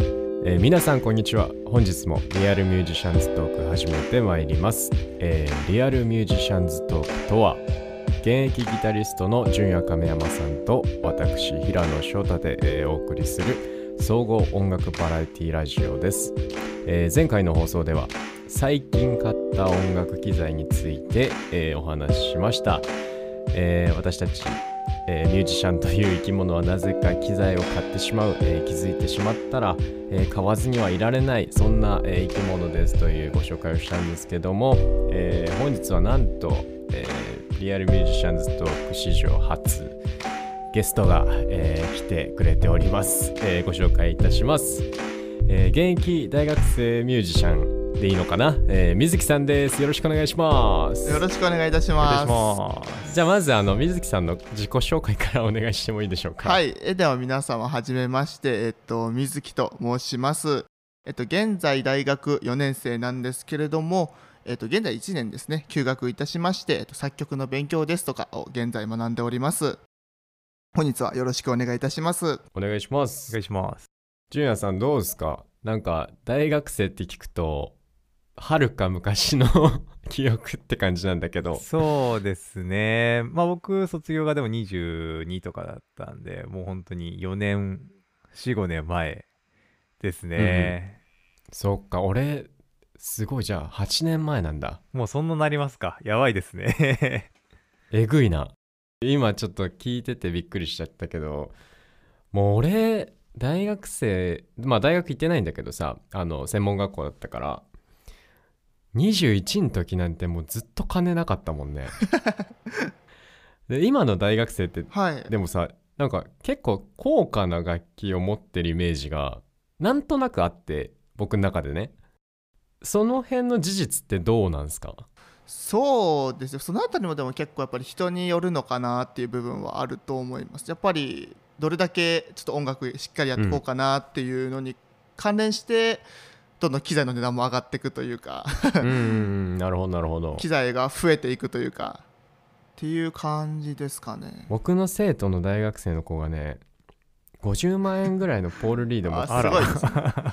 えー皆さんこんにちは本日もリアルミュージシャンズトーク始めてまいります、えーリアルミュージシャンズトークとは現役ギタリストの純也亀山さんと私平野翔太で、えーお送りする総合音楽バラエティラジオです、えー前回の放送では最近買った音楽機材について、えーお話ししました、えー私たちえーミュージシャンという生き物はなぜか機材を買ってしまう、えー気づいてしまったら、えー買わずにはいられないそんな、えー生き物ですというご紹介をしたんですけども、えー本日はなんと、えーリアルミュージシャンズトーク史上初ゲストが、えー来てくれております、えーご紹介いたします、えー現役大学生ミュージシャンでいいのかな、えー水木さんですよろしくお願いしますよろしくお願いいたします。じゃあまずあの水木さんの自己紹介からお願いしてもいいでしょうか。。はいい、えでは皆様はじめまして、えっと水木と申します。えっと現在大学4年生なんですけれども、えっと現在1年ですね休学いたしまして、えっと作曲の勉強ですとかを現在学んでおります。本日はよろしくお願いいたします。お願いしまおす願い。します。ジュニアさんどうですかなんか大学生って聞くと、はるか昔の 記憶って感じなんだけど。そうですね。まあ僕、卒業がでも22とかだったんで、もう本当に4年、4、5年前ですね。そっか、俺、すごいじゃあ8年前なんだ。もうそんななりますか。やばいですね。えぐいな。今ちょっと聞いててびっくりしちゃったけど、もう俺、大学生、まあ大学行ってないんだけどさ、あの、専門学校だったから、21の時なんてもうずっと金なかったもん ね。で、今の大学生って、はい。でもさ、なんか結構高価な楽器を持ってるイメージが、なんとなくあって、僕の中でね。その辺の事実ってどうなんすかそうですよそのあたりもでも結構やっぱり人によるのかなっていう部分はあると思いますやっぱりどれだけちょっと音楽しっかりやっていこうかなっていうのに関連してどんどん機材の値段も上がっていくというかうんうんうん、なるほどなるほど。機材が増えていくというかっていう感じですかね僕の生徒の大学生の子がね50万円ぐらいのポール・リード持っあてすたごいですね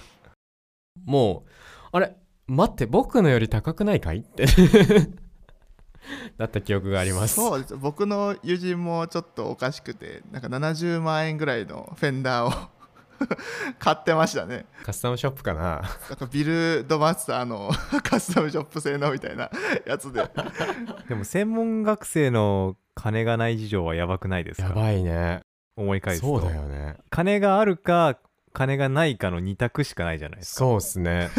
もうあれ待って僕のより高くないかいって だった記憶がありますそうです僕の友人もちょっとおかしくてなんか70万円ぐらいのフェンダーを 買ってましたねカスタムショップかななんかビルドマスターの カスタムショップ製のみたいなやつで でも専門学生の金がない事情はやばくないですやかばいね思い返すと。そうだよね金があるか、金がないかの2択しかないじゃないですか。そうっすね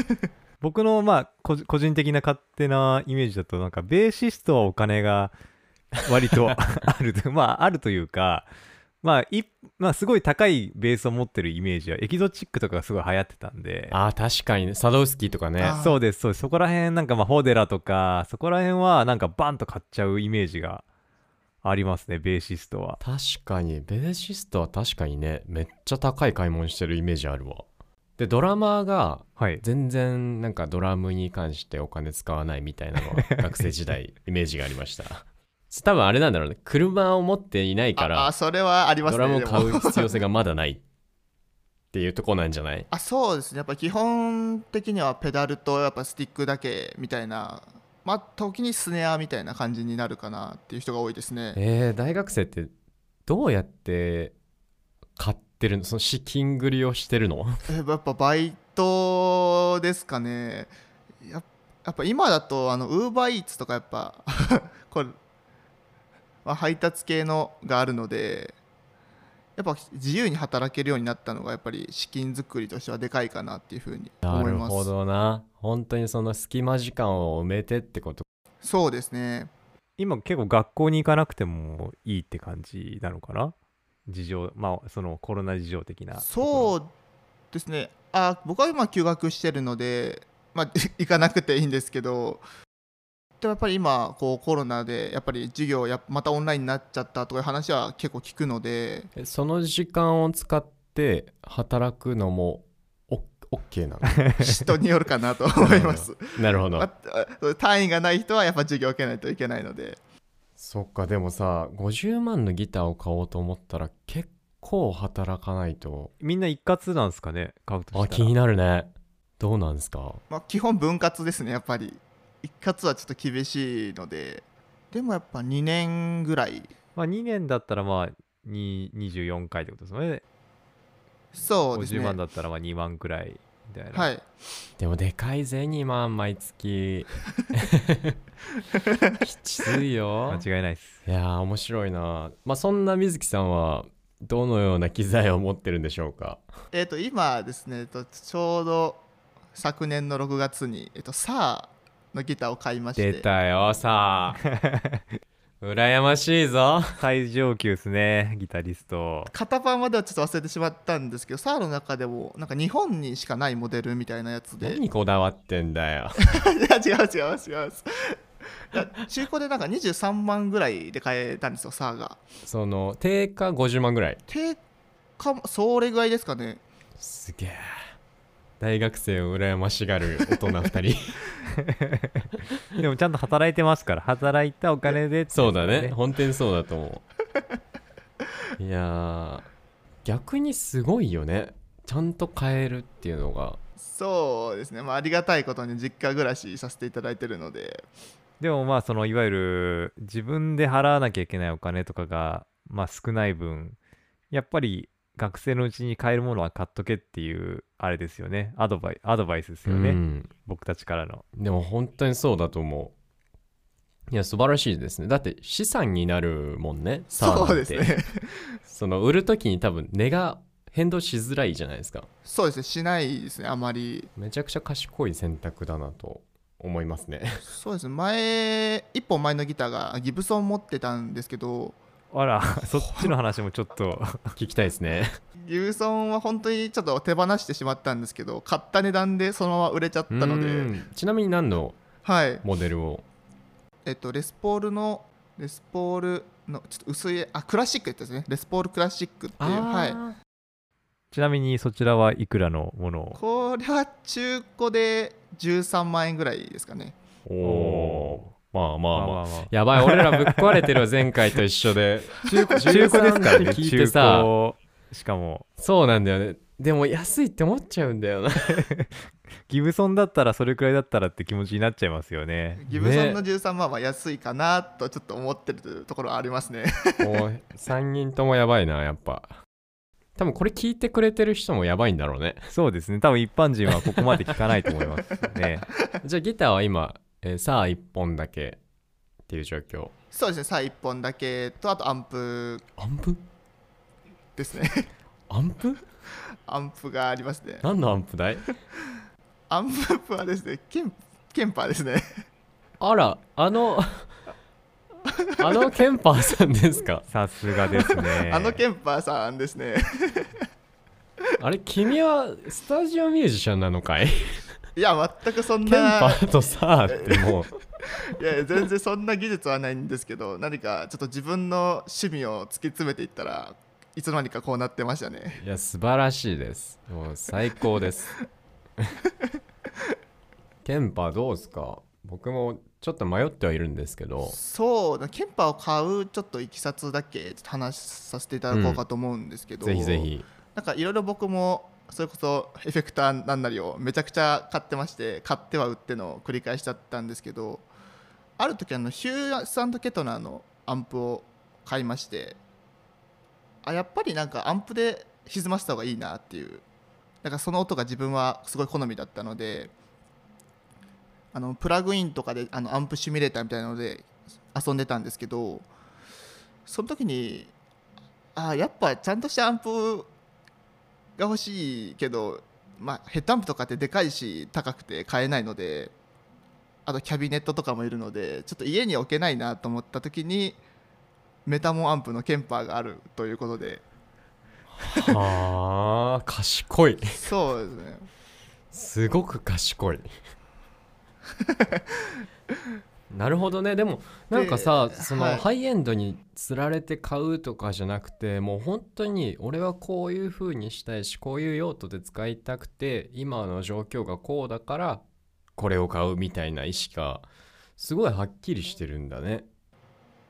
僕のまあこじ個人的な勝手なイメージだとなんかベーシストはお金が 割とあるとま ああるというかまあいまあすごい高いベースを持ってるイメージはエキゾチックとかがすごい流行ってたんであー確かにねサドウスキーとかねあーそうですそうですそこら辺なんかまあホデラとかそこら辺はなんかバンと買っちゃうイメージがありますねベーシストは確かにベーシストは確かにねめっちゃ高い買い物してるイメージあるわでドラマーがはい全然なんかドラムに関してお金使わないみたいな のは学生時代イメージがありました多分あれなんだろうね車を持っていないかああらそれはありますドラねムをでも買う必要性がまだないっていうとこなんじゃない あそうですねやっぱ基本的にはペダルとやっぱスティックだけみたいなまあ時にスネアみたいな感じになるかなっていう人が多いですねえー、大学生ってどうやって買ってるのその資金繰りをして るのえやっぱバイトですかねやっやっぱ今だとあのウーバーイーツとかやっぱ これ、まあ、配達系のがあるのでやっぱ自由に働けるようになったのがやっぱり資金作りとしてはでかいかなっていうふうにな思いるますほどな本当にその隙間時間を埋めてってことそうですね今結構学校に行かなくてもいいって感じなのかな事情まあそのコロナ事情的なそうですねあ僕は今休学してるので、まあ、 行かなくていいんですけどでもやっぱり今こうコロナでやっぱり授業やまたオンラインになっちゃったとかいう話は結構聞く のでえその時間を使って働くのもオッ OK なの人によるかなと思いますなるほどまああ単位がない人はやっぱ授業を受けないといけないのでそっかでもさ50万のギターを買おうと思ったら結構働かないとみんな一括なんですかね買うとしたらあ気になるねどうなんですかまあ、基本分割ですねやっぱり一括はちょっと厳しいのででもやっぱ2年ぐらいまあ、2年だったらまあに24回ってことですよねそうですね50万だったらまあ2万くらいみたいな、はいでもでかいぜ2万毎 月きついよ間違いないですいやー面白いなまあそんな水木さんはどのような機材を持ってるんでしょうかえっ、と今ですね、えっと、ちょうど昨年の6月に、えっと、サーのギターを買いまして出たよさ あ羨ましいぞ最上級ですねギタリスト型番まではちょっと忘れてしまったんですけどサーの中でもなんか日本にしかないモデルみたいなやつでい何こだわってんだよ や違う違う違ういや中古でなんか23万ぐらいで買えたんですよサーがその定価50万ぐらい定価もそれぐらいですかねすげえ大学生を羨ましがる大人2人 でもちゃんと働いてますから働いたお金でっていそうこだとね本当にそうだと思ういやー逆にすごいよねちゃんと買えるっていうのがそうですね、まあ、ありがたいことに実家暮らしさせていただいてるのででもまあそのいわゆる自分で払わなきゃいけないお金とかがまあ少ない分やっぱり学生のうちに買えるものは買っとけっていうあれですよねアドバイアドバイスですよね、うん僕たちからのでも本当にそうだと思ういや素晴らしいですねだって資産になるもんねサーなんてそうですねその売る時に多分値が変動しづらいじゃないですかそうですねしないですねあまりめちゃくちゃ賢い選択だなと思います ねそうですね前一本前のギターがギブソン持ってたんですけどあら そっちの話もちょっと 聞きたいですねギブソンは本当にちょっと手放してしまったんですけど買った値段でそのまま売れちゃったのうでんちなみに何のはいモデルをえっとレスポールのレスポールのちょっと薄いあクラシックですねレスポールクラシックっていうはいあちなみにそちらはいくらのものをこれは中古で13万円ぐらいですかねーおーまあまあまあ、あまあやばい俺らぶっ壊れてるわ前回と一緒で中古中古ですからね聞い中てさ古しかもそうなんだよねでも安いって思っちゃうんだよなギブソンだったらそれくらいだったらって気持ちになっちゃいますよねギブソンの13万は安いかなとちょっと思ってるところはありますね もう3人ともやばいなやっぱ多分これ聞いてくれてる人もやばいんだろうねそうですね多分一般人はここまで聞かないと思いますね じゃあギターは今、えーさあ1本だけっていう状況そうですねさあ1本だけとあとアンプアンプですねアンプアンプがありますね何のアンプだいアンプはですね、ケンケンパーですね。あらあのあのケンパーさんですかさすがですね あのケンパーさんですね。 あれ君はスタジオミュージシャンなのかいいや、全くそんケンパな、ーとさあってもういやいや全然そんな技術はないんですけど、何かちょっと自分の趣味を突き詰めていったら、いつの間にかこうなってましたね。いや素晴らしいですもう最高ですケンパどうですか僕もちょっと迷ってはいるんですけどそうだ、ケンパーを買うちょっといきさつだけちょっと話させていただこうかと思うんですけど、ぜひぜ。ひなんかいろいろ僕も、それこそエフェクターなんなりをめちゃくちゃ買ってまして、買っては売っての繰り返しだったんですけど、ある時あのヒューサンドケトナーのアンプを買いましてあやっぱりなんかアンプで歪ませた方がいいなっていうなんかその音が自分はすごい好みだったのであのプラグインとかであのアンプシミュレーターみたいなので遊んでたんですけどその時にあやっぱちゃんとしたアンプが欲しいけど、まあ、ヘッドアンプとかってでかいし高くて買えないので。あとキャビネットとかもいるのでちょっと家に置けないなと思った時にメタモンアンプのケンパーがあるということではあ賢いそうですねすごく賢 いなるほどねでもなんかさでその、はいハイエンドにつられて買うとかじゃなくてもう本当に俺はこういう風にしたいしこういう用途で使いたくて今の状況がこうだからこれを買うみたいな意識がすごいはっきりしてるんだね。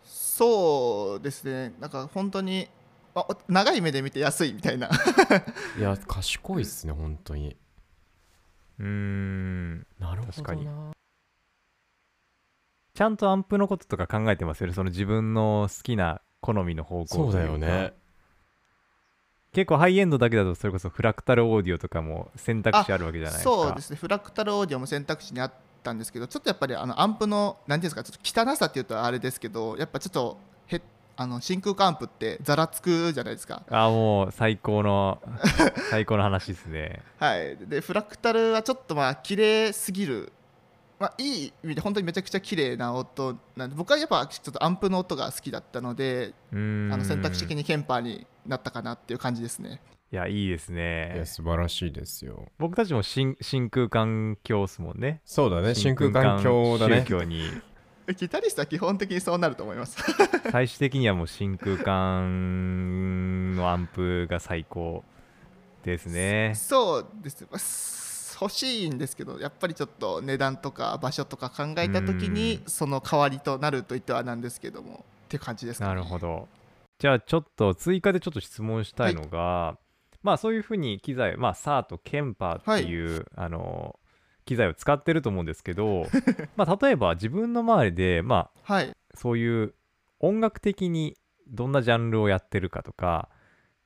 そうですねなんか本当にあお長い目で見て安いみたいないや賢いっすね本当にうーんなるほどな確かにちゃんとアンプのこととか考えてますよねその自分の好きな好みの方向といそうかだよね結構ハイエンドだけだとそれこそフラクタルオーディオとかも選択肢あるわけじゃないですかそうですねフラクタルオーディオも選択肢にあったんですけどちょっとやっぱりあのアンプの何ていうんですかちょっと汚さっていうとあれですけどやっぱちょっとへあの真空管アンプってざらつくじゃないですかあもう最 高の最高の話ですねはい、でフラクタルはちょっとまあ綺麗すぎる、まあ、いい意味で本当にめちゃくちゃ綺麗な音なんで僕はやっぱちょっとアンプの音が好きだったのでうーんあの選択肢的にケンパーになったかなっていう感じですねいやいいですいねや素晴らしいですよ僕たちも真真空環境っすもんねそうだね真空環境だね宗教にギタリストは基本的にそうなると思います最終的にはもう真空管のアンプが最高ですね そうですねまあす欲しいんですけどやっぱりちょっと値段とか場所とか考えた時にうその代わりとなるといってはなんですけどもっていう感じですか、ね、なるほどじゃあちょっと追加でちょっと質問したいのが、まあそういうふうに機材まあ SAR とケンパーっていう、あの機材を使ってると思うんですけ どまあ例えば自分の周りでまあはいそういう音楽的にどんなジャンルをやってるかとか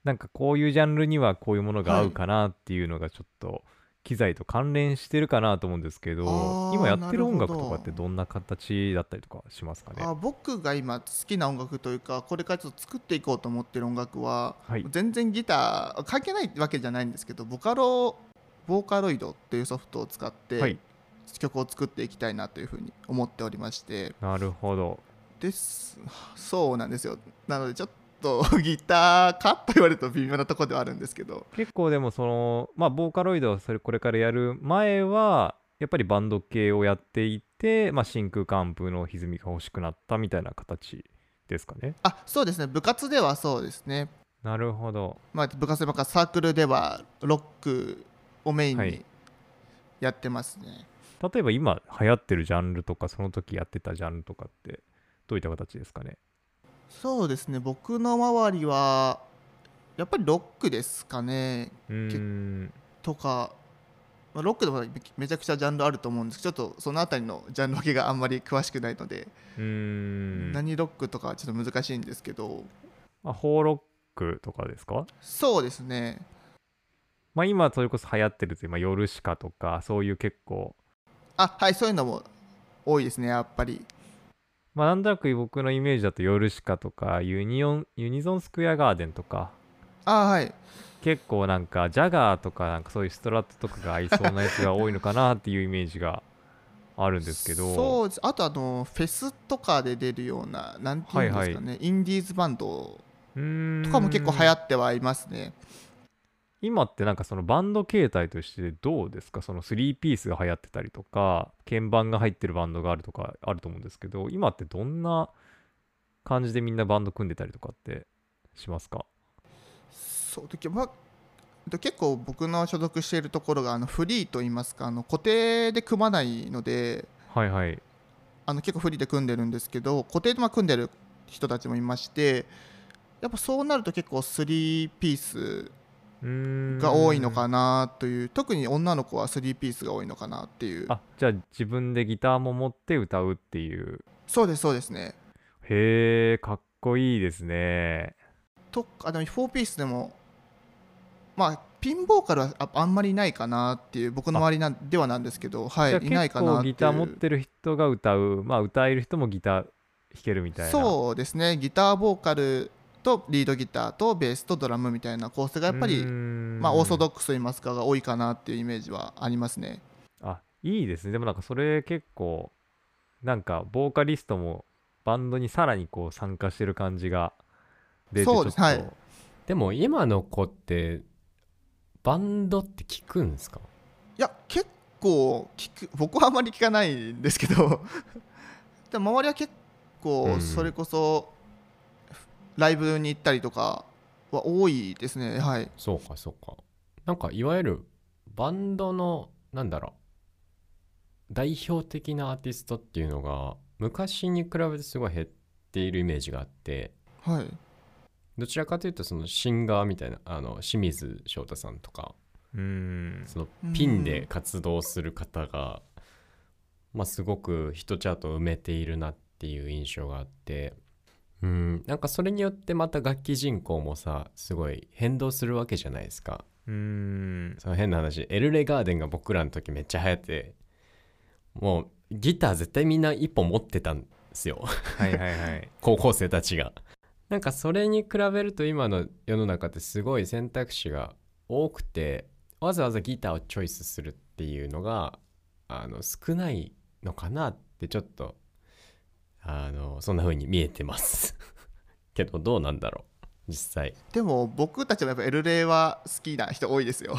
なんかこういうジャンルにはこういうものが合うかなっていうのがちょっと機材と関連してるかなと思うんですけど、あー今やってる音楽となるかほどってどんな形だったりとかしますかねあ僕が今好きな音楽というかこれからちょっと作っていこうと思ってる音楽は、はい全然ギター関係ないわけじゃないんですけどボカロボーカロイドっていうソフトを使って、はい曲を作っていきたいなというふうに思っておりましてなるほどですそうなんですよなのでちょっと ギターかと言われると微妙なところではあるんですけど結構でもそのまあボーカロイドはそれこれからやる前はやっぱりバンド系をやっていて、まあ、真空管風の歪みが欲しくなったみたいな形ですかねあそうですね部活ではそうですねなるほどまあ、部活ばっかサークルではロックをメインはにいやってますね、例えば今流行ってるジャンルとかその時やってたジャンルとかってどういった形ですかねそうですね僕の周りはやっぱりロックですかねうーんとか、まあ、ロックでもめちゃくちゃジャンルあると思うんですけどちょっとその辺りのジャンル分けがあんまり詳しくないので、うーん何ロックとかはちょっと難しいんですけどまあ、ホーロックとかですかそうですねまあ今それこそ流行ってるという、まあ、ヨルシカとかそういう結構あはいそういうのも多いですねやっぱりまあなんとなく僕のイメージだとヨルシカとかユニオンユニゾンスクエアガーデンとかあはい結構なんかジャガーとかなんかそういうストラットとかが合いそうなやつが多いのかなっていうイメージがあるんですけどそうですあとあのフェスとかで出るようななんていうんですかね、インディーズバンドうーんとかも結構流行ってはいますね、今ってなんかそのバンド形態としてどうですかその3ピースが流行ってたりとか鍵盤が入ってるバンドがあるとかあると思うんですけど今ってどんな感じでみんなバンド組んでたりとかってしますかそうで、まあ、で結構僕の所属しているところがあのフリーといいますかあの固定で組まないのではいはいあの結構フリーで組んでるんですけど固定でまあ組んでる人たちもいましてやっぱそうなると結構3ピースうーんが多いのかなという特に女の子は3ピースが多いのかなっていうあじゃあ自分でギターも持って歌うっていうそうですそうですねへえかっこいいですねとあでも4ピースでもまあピンボーカルはああんまりいないかなっていう僕の周りなんではなんですけどはいいじゃなあい結かな構っていギうター持ってる人が歌うまあ歌える人もギター弾けるみたいなそうですねギターボーカルとリードギターとベースとドラムみたいな構成がやっぱり、ままあ、オーソドックスといいますかが多いかなっていうイメージはありますねあいいですねでもなんかそれ結構なんかボーカリストもバンドにさらにこう参加してる感じが出てそうですちょっとはいでも今の子ってバンドって聞くんですかいや結構聞く僕はあまり聞かないんですけどでも周りは結う構んそれこそライブに行ったりとかは多いですねはいそうかそうかなんかいわゆるバンドのなんだろう代表的なアーティストっていうのが昔に比べてすごい減っているイメージがあってはいどちらかというとそのシンガーみたいなあの清水翔太さんとかうーんそのピンで活動する方が、まあ、すごくヒットチャートを埋めているなっていう印象があってうんなんかそれによってまた楽器人口もさすごい変動するわけじゃないですかうーんその変な話エルレガーデンが僕らの時めっちゃ流行ってもうギター絶対みんな一本持ってたんですよはいはいはい 高校生たちがなんかそれに比べると今の世の中ってすごい選択肢が多くてわざわざギターをチョイスするっていうのがあの少ないのかなってちょっとあのそんな風に見えてます けどどうなんだろう実際でも僕たちもやっぱエルレイは好きな人多いですよ。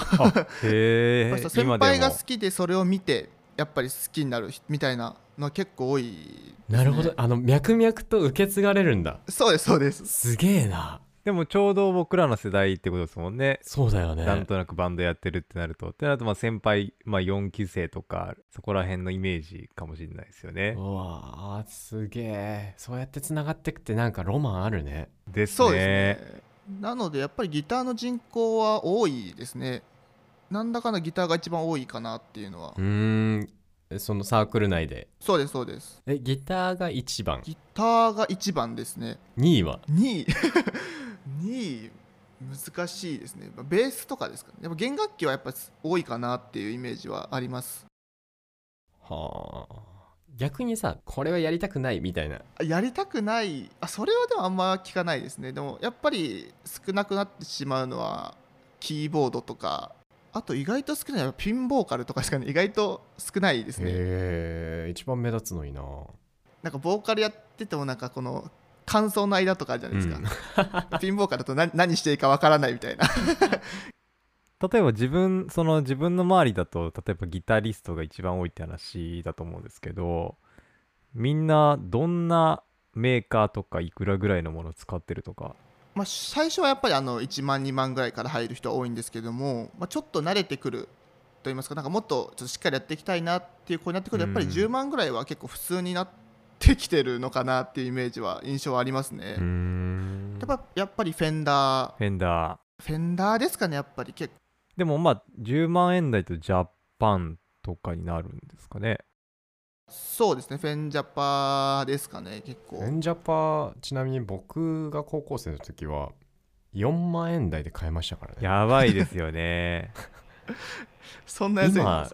やへっぱりえさ 先輩が好きでそれを見てやっぱり好きになる人みたいなのは結構多いなるほどあの脈々と受け継がれるんだそうですそうですすげえなでもちょうど僕らの世代ってことですもんねそうだよねなんとなくバンドやってるってなるとってなるとまあ先輩、まあ、4期生とかそこら辺のイメージかもしれないですよねうわーすげえそうやってつながってくってなんかロマンあるねですねそうですねなのでやっぱりギターの人口は多いですねなんだかんだギターが一番多いかなっていうのは、うーんえそのサークル内でそうですそうですえギターが1番ギターが一番ですね2位は2位 2位難しいですねまあベースとかですかねやっぱ弦楽器はやっぱ多いかなっていうイメージはありますはあ逆にさこれはやりたくないみたいなあやりたくないあそれはでもあんま聞かないですねでもやっぱり少なくなってしまうのはキーボードとかあと意外と少ないのはピンボーカルとかですかね意外と少ないですねへえ一番目立つのにななんかボーカルやっててもなんかこの感想の間とかあるじゃないですか、 ピンボーカルだと何何していいかわからないみたいな例えば自分その自分の周りだと例えばギタリストが一番多いって話だと思うんですけどみんなどんなメーカーとかいくらぐらいのものを使ってるとか まあ最初はやっぱりあの1万2万ぐらいから入る人は多いんですけども、まあ、ちょっと慣れてくると言いますかなんかもっとちょっとしっかりやっていきたいなっていう子になってくるとやっぱりうん10万ぐらいは結構普通になってきてるのかなっていうイメージは印象はありますね、んやっぱやっぱりフェンダーフェンダーフェンダーですかねやっぱり結構でもまあ10万円台とジャパンとかになるんですかねそうですねフェンジャパーですかね結構エンジャパちなみに僕が高校生の時は4万円台で買えましたからねやばいですよ ねそんな安いんです今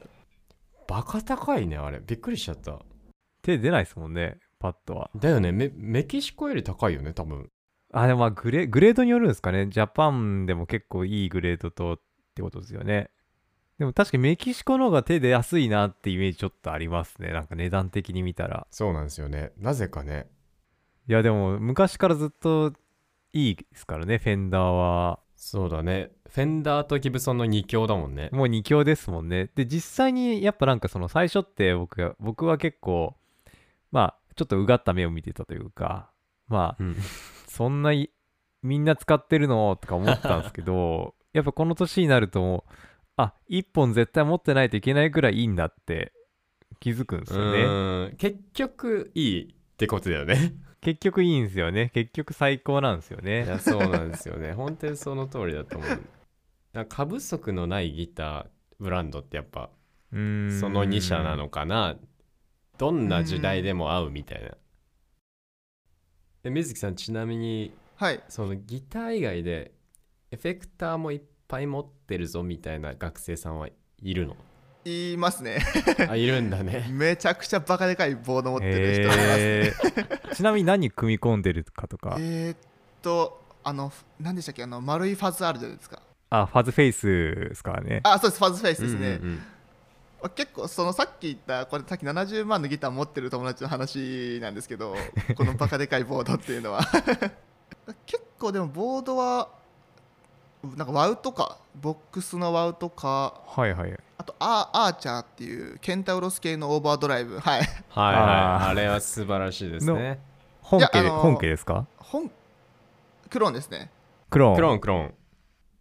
バカ高いねあれびっくりしちゃった手出ないですもんねパッとはだよねメメキシコより高いよね多分あでもまあグレグレードによるんですかねジャパンでも結構いいグレードとってことですよねでも確かにメキシコの方が手で安いなってイメージちょっとありますねなんか値段的に見たらそうなんですよねなぜかねいやでも昔からずっといいですからねフェンダーはそうだねフェンダーとギブソンの2強だもんねもう2強ですもんね。で、実際にやっぱなんかその最初って僕が、僕は結構、まあ、ちょっとうがった目を見てたというか、まうあ、んそんない、みんな使ってるのとか思ったんですけど、 やっぱこの年になるともう、あ、1本絶対持ってないといけないくらいいいんだって気づくんですようね。ーん結局いいってことだよね結局いいんですよね。結局最高なんですよいね。やそうなんですよね本当にその通りだと思うなんか過不足のないギターブランドってやっぱうーんその2社なのかなどんな時代でも合うみたいなで水木さんちなみにはいそのギター以外でエフェクターもいっぱい持ってるぞみたいな学生さんはいるの言いますねあいるんだねめちゃくちゃバカでかいボード持ってる人いますねえーちなみに何組み込んでるかとか、えーっとあの何でしたっけあの丸いファズあるじゃないですかあ、ファズフェイスですからね。あそうですファズフェイスですね、うんうんうんまあ結構そのさっき言ったこれさっき70万のギター持ってる友達の話なんです けどこのバカでかいボードっていうのは 結構でもボードはなんかワウとかボックスのワウとかはいはい。あとアーアーチャーっていうケンタウロス系のオーバードライブはいはいはいあーあれは素晴らしいですね本家、いやあのー本家ですか本クローンですねクローンクローンクローン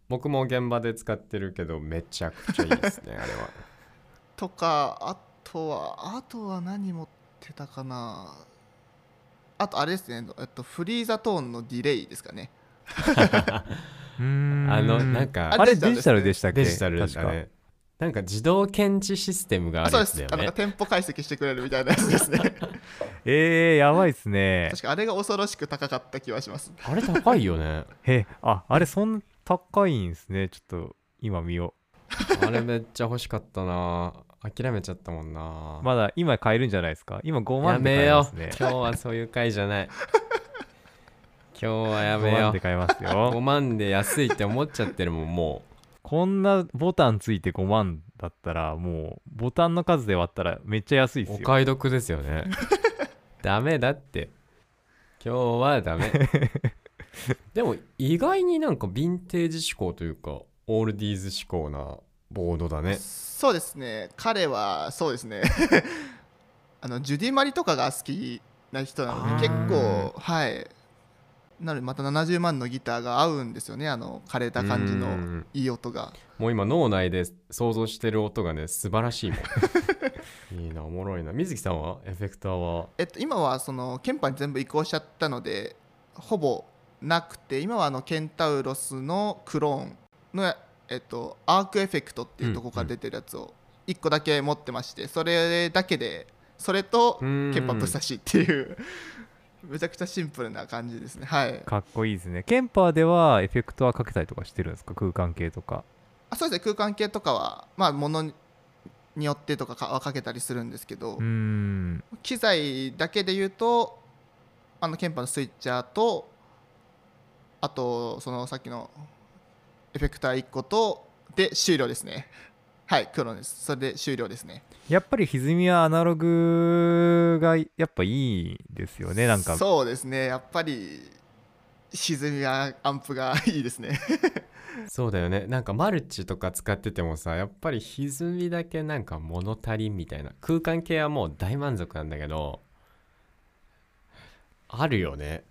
僕も現場で使ってるけどめちゃくちゃいいです ねあれはとかあとはあとは何持ってたかなあとあれですね、えっと、フリーザトーンのディレイですかねうーんあのなんかあれデジタルでしたっけデジタル確だかねなんか自動検知システムがああるそうやでつす、だよあのね店舗解析してくれるみたいなや つですねえー、やばいっすね確かあれが恐ろしく高かった気はしますあれ高いよねへああれそんな高いんですねちょっと今見よ あれめっちゃ欲しかったな諦めちゃったもんなうまだ今買えるんじゃないですか今5や万でめ買えまよすう、ね今日はそういう回じゃない 今日はやめ5よ万うで買えます5 よ万で安いって思っちゃってるもんもこんなボタンついて5万だったらもうボタンの数で割ったらめっちゃ安いっうすおよ買い得ですよねダメだって今日はダメでも意外になんかヴィンテージ思考というかオールディーズ思考なボードだねそうですね彼はそうですね あのジュディ・マリとかが好きな人なのであー結構はいなのでまた70万のギターが合うんですよねあの枯れた感じうのんいい音がもう今脳内で想像してる音がね素晴らしいもんいいなおもろいな水木さんはエフェクターはえっと、今はそのケンパに全部移行しちゃったのでほぼなくて今はあのケンタウロスのクローンの、えっと、アークエフェクトっていうとこから出てるやつを1個だけ持ってましてそれだけでそれとうケんンパぶさしっていうめちゃくちゃシンプルな感じですねはいかっこいいですねケンパーではエフェクトはかけたりとかしてるんですか空間系とかあそうですね空間系とかはまあものによってとかかはかけたりするんですけどうーん機材だけで言うとあのケンパのスイッチャーとあとそのさっきのエフェクター1個とで終了ですねはい黒ですそれで終了ですねやっぱり歪みはアナログがやっぱいいですよねなんかそうですねやっぱり沈みがアンプがいいですねそうだよねなんかマルチとか使っててもさやっぱり歪みだけなんか物足りんみたいな空間系はもう大満足なんだけどあるよね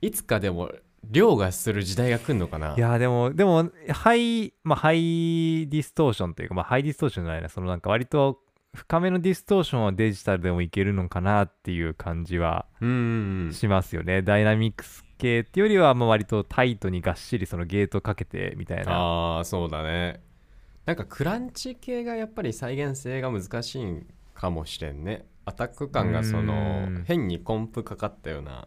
いつかでも量がする時代が来んのかないやーでもでもハイまあハイディストーションというかまあハイディストーションじゃないなそのなんか割と深めのディストーションはデジタルでもいけるのかなっていう感じはうんうんしますよね、ダイナミックス系っていうよりはまあ割とタイトにがっしりそのゲートかけてみたいうんなああそうだねなんかクランチ系がやっぱり再現性が難しいんかもしれんねアタック感がそのうん変にコンプかかったような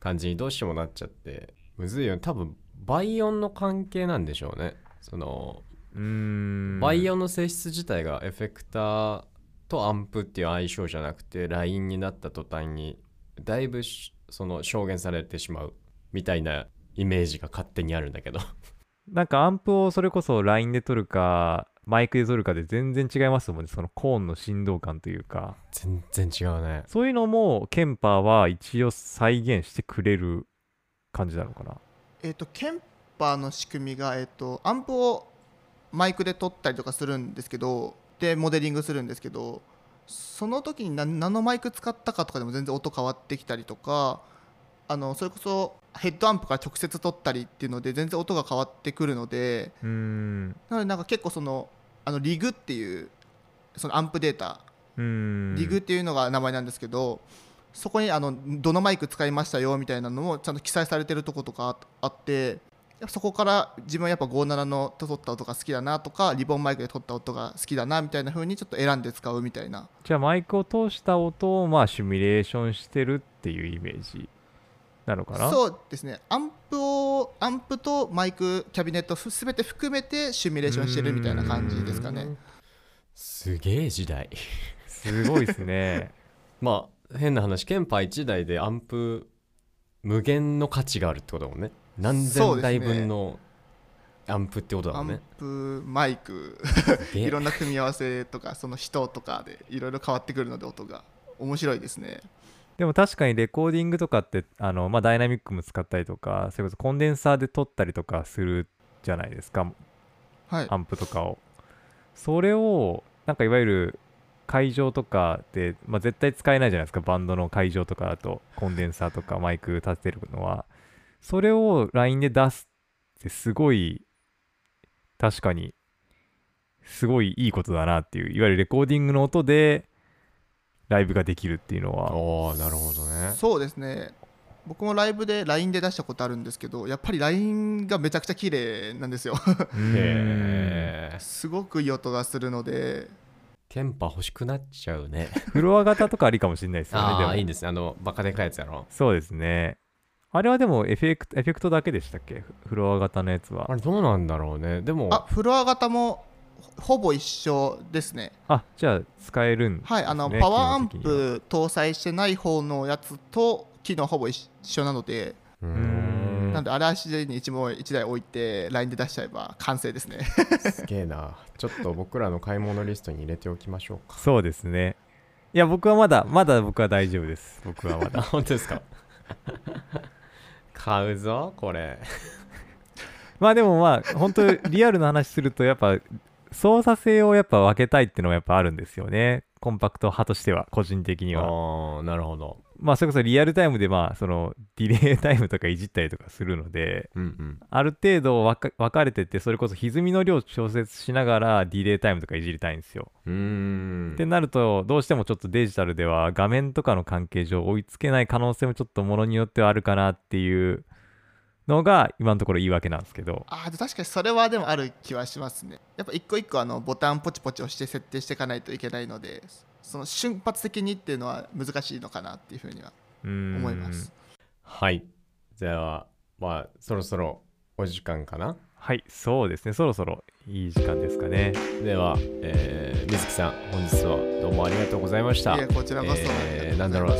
感じにどうしてもなっちゃってむずいよね多分倍音の関係なんでしょうねそのうーん倍音の性質自体がエフェクターとアンプっていう相性じゃなくてラインになった途端にだいぶしその証言されてしまうみたいなイメージが勝手にあるんだけど なんかアンプをそれこそ LINE で撮るかマイクで撮るかで全然違いますもんねそのコーンの振動感というか全然違うねそういうのもケンパーは一応再現してくれる感じなのかなえっとケンパーの仕組みが、えっとアンプをマイクで撮ったりとかするんですけどでモデリングするんですけどその時に何何のマイク使ったかとかでも全然音変わってきたりとかあのそれこそヘッドアンプから直接撮ったりっていうので全然音が変わってくるのでうーんなのでなんか結構そのあのリグっていうそのアンプデータうーんリグっていうのが名前なんですけど、そこにあのどのマイク使いましたよみたいなのもちゃんと記載されてるとことかあってやっぱそこから自分はやっぱ57の撮った音が好きだなとかリボンマイクで撮った音が好きだなみたいな風にちょっと選んで使うみたいなじゃあマイクを通した音をまあシミュレーションしてるっていうイメージなのかなうそうですねアンプをアンプとマイクキャビネットふ全て含めてシミュレーションしてるみたいな感じですかねすげえ時代 すごいです ねまあ変な話ケンパ1台でアンプ無限の価値があるってことだもんね何千台分のアンプってことだアもんンねプマイクすげえいろんな組み合わせとかその人とかでいろいろ変わってくるので音が面白いですねでも確かにレコーディングとかってあの、まあ、ダイナミックも使ったりとかそれこそコンデンサーで撮ったりとかするじゃないですかはいアンプとかをそれをなんかいわゆる会場とかで、まあ、絶対使えないじゃないですかバンドの会場とかだとコンデンサーとかマイク立てるのはそれを LINE で出すってすごい確かにすごいいいことだなっていういわゆるレコーディングの音でライブができるっていうのはああなるほどねそうですね僕もライブで LINE で出したことあるんですけどやっぱり LINE がめちゃくちゃ綺麗なん ですよへえすごくいい音がするのでテンパ欲しくなっちゃうねフロア型とかありかもしれないですよね。で あもあいいですねあのバカでかいやつやろそうですね。あれはでもエフェクトエフェクトだけでしたっけフフロア型のやつはあ。れどうなんだろうねでもあフロア型もほほぼ一緒ですねあ、じゃあ使えるんです、ね。はいあのパワーアン基本的には。プ搭載してない方のやつと機能ほぼ一緒なので、うーうんんなんであれ足でに一問一台置いて LINE で出しちゃえば完成ですねすげえなちょっと僕らの買い物リストに入れておきましょうかそうですね。いや、僕はまだ、まだ僕は大丈夫です。僕はま だ。あ本当ですか買うぞこれまあでもまあ、本当リアルな話すると、やっぱ、操作性をやっぱ分けたいっていうのがやっぱあるんですよね。コンパクト派としては、個人的にあは。ーなるほどまあ、それこそリアルタイムで、まあ、その、ディレイタイムとかいじったりとかするので、うんうんある程度分か分かれてて、それこそ歪みの量を調節しながら、ディレイタイムとかいじりたいんですよ。うーんってなると、どうしてもちょっとデジタルでは画面とかの関係上追いつけない可能性もちょっとものによってはあるかなっていうのが今のところ言い訳なんですけど。あーで確かにそれはでもある気はしますねやっぱ一個一個あのボタンポチポチ押して設定していかないといけないのでその瞬発的にっていうのは難しいのかなっていうふうには思思います。はいではまあそろそろお時間かなはい、そうですね。そろそろいい時間ですかね。では、えー、水木さん本日はどうもありがとうございましたいやこちらこそ、えーなんだろう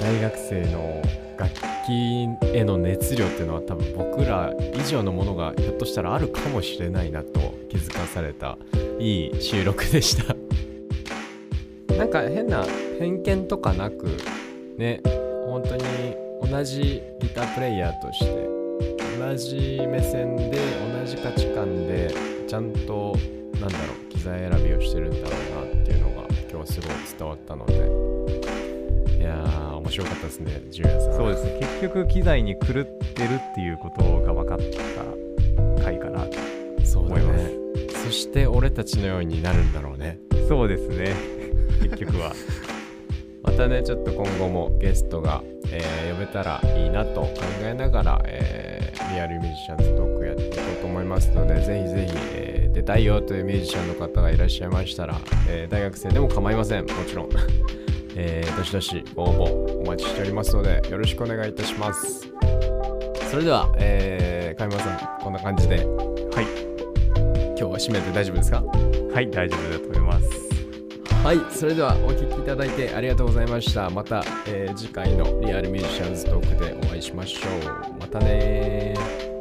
大学生の楽器への熱量っていうのは多分僕ら以上のものがひょっとしたらあるかもしれないなと気づかされたいい収録でした なんか変な偏見とかなくね本当に同じギタープレイヤーとして同じ目線で同じ価値観でちゃんとなんだろう機材選びをしてるんだろうなっていうのが今日すごい伝わったのでいやー面白かったですね純也さんそうですね。結局、機材に狂ってるっていうことが分かった回かなとそう思だいまねそして俺たちのようになるんだろうねす。そうですね。結局は。またねちょっと今後もゲストが、えー呼べたらいいなと考えながら、えーリアルミュージシャンズトークやっていこうと思いますのでぜひぜひ、えー出たいよというミュージシャンの方がいらっしゃいましたら、えー大学生でも構いませんもちろん、 えーどしどしご応募お待ちしておりますのでよろしくお願いいたしますそれでは、えー、上村さんこんな感じではい。今日は締めて大丈夫ですかはい、大丈夫だと思います。はい、それではお聞きいただいてありがとうございました。また、えー次回のリアルミュージシャンズトークでお会いしましょう。またねー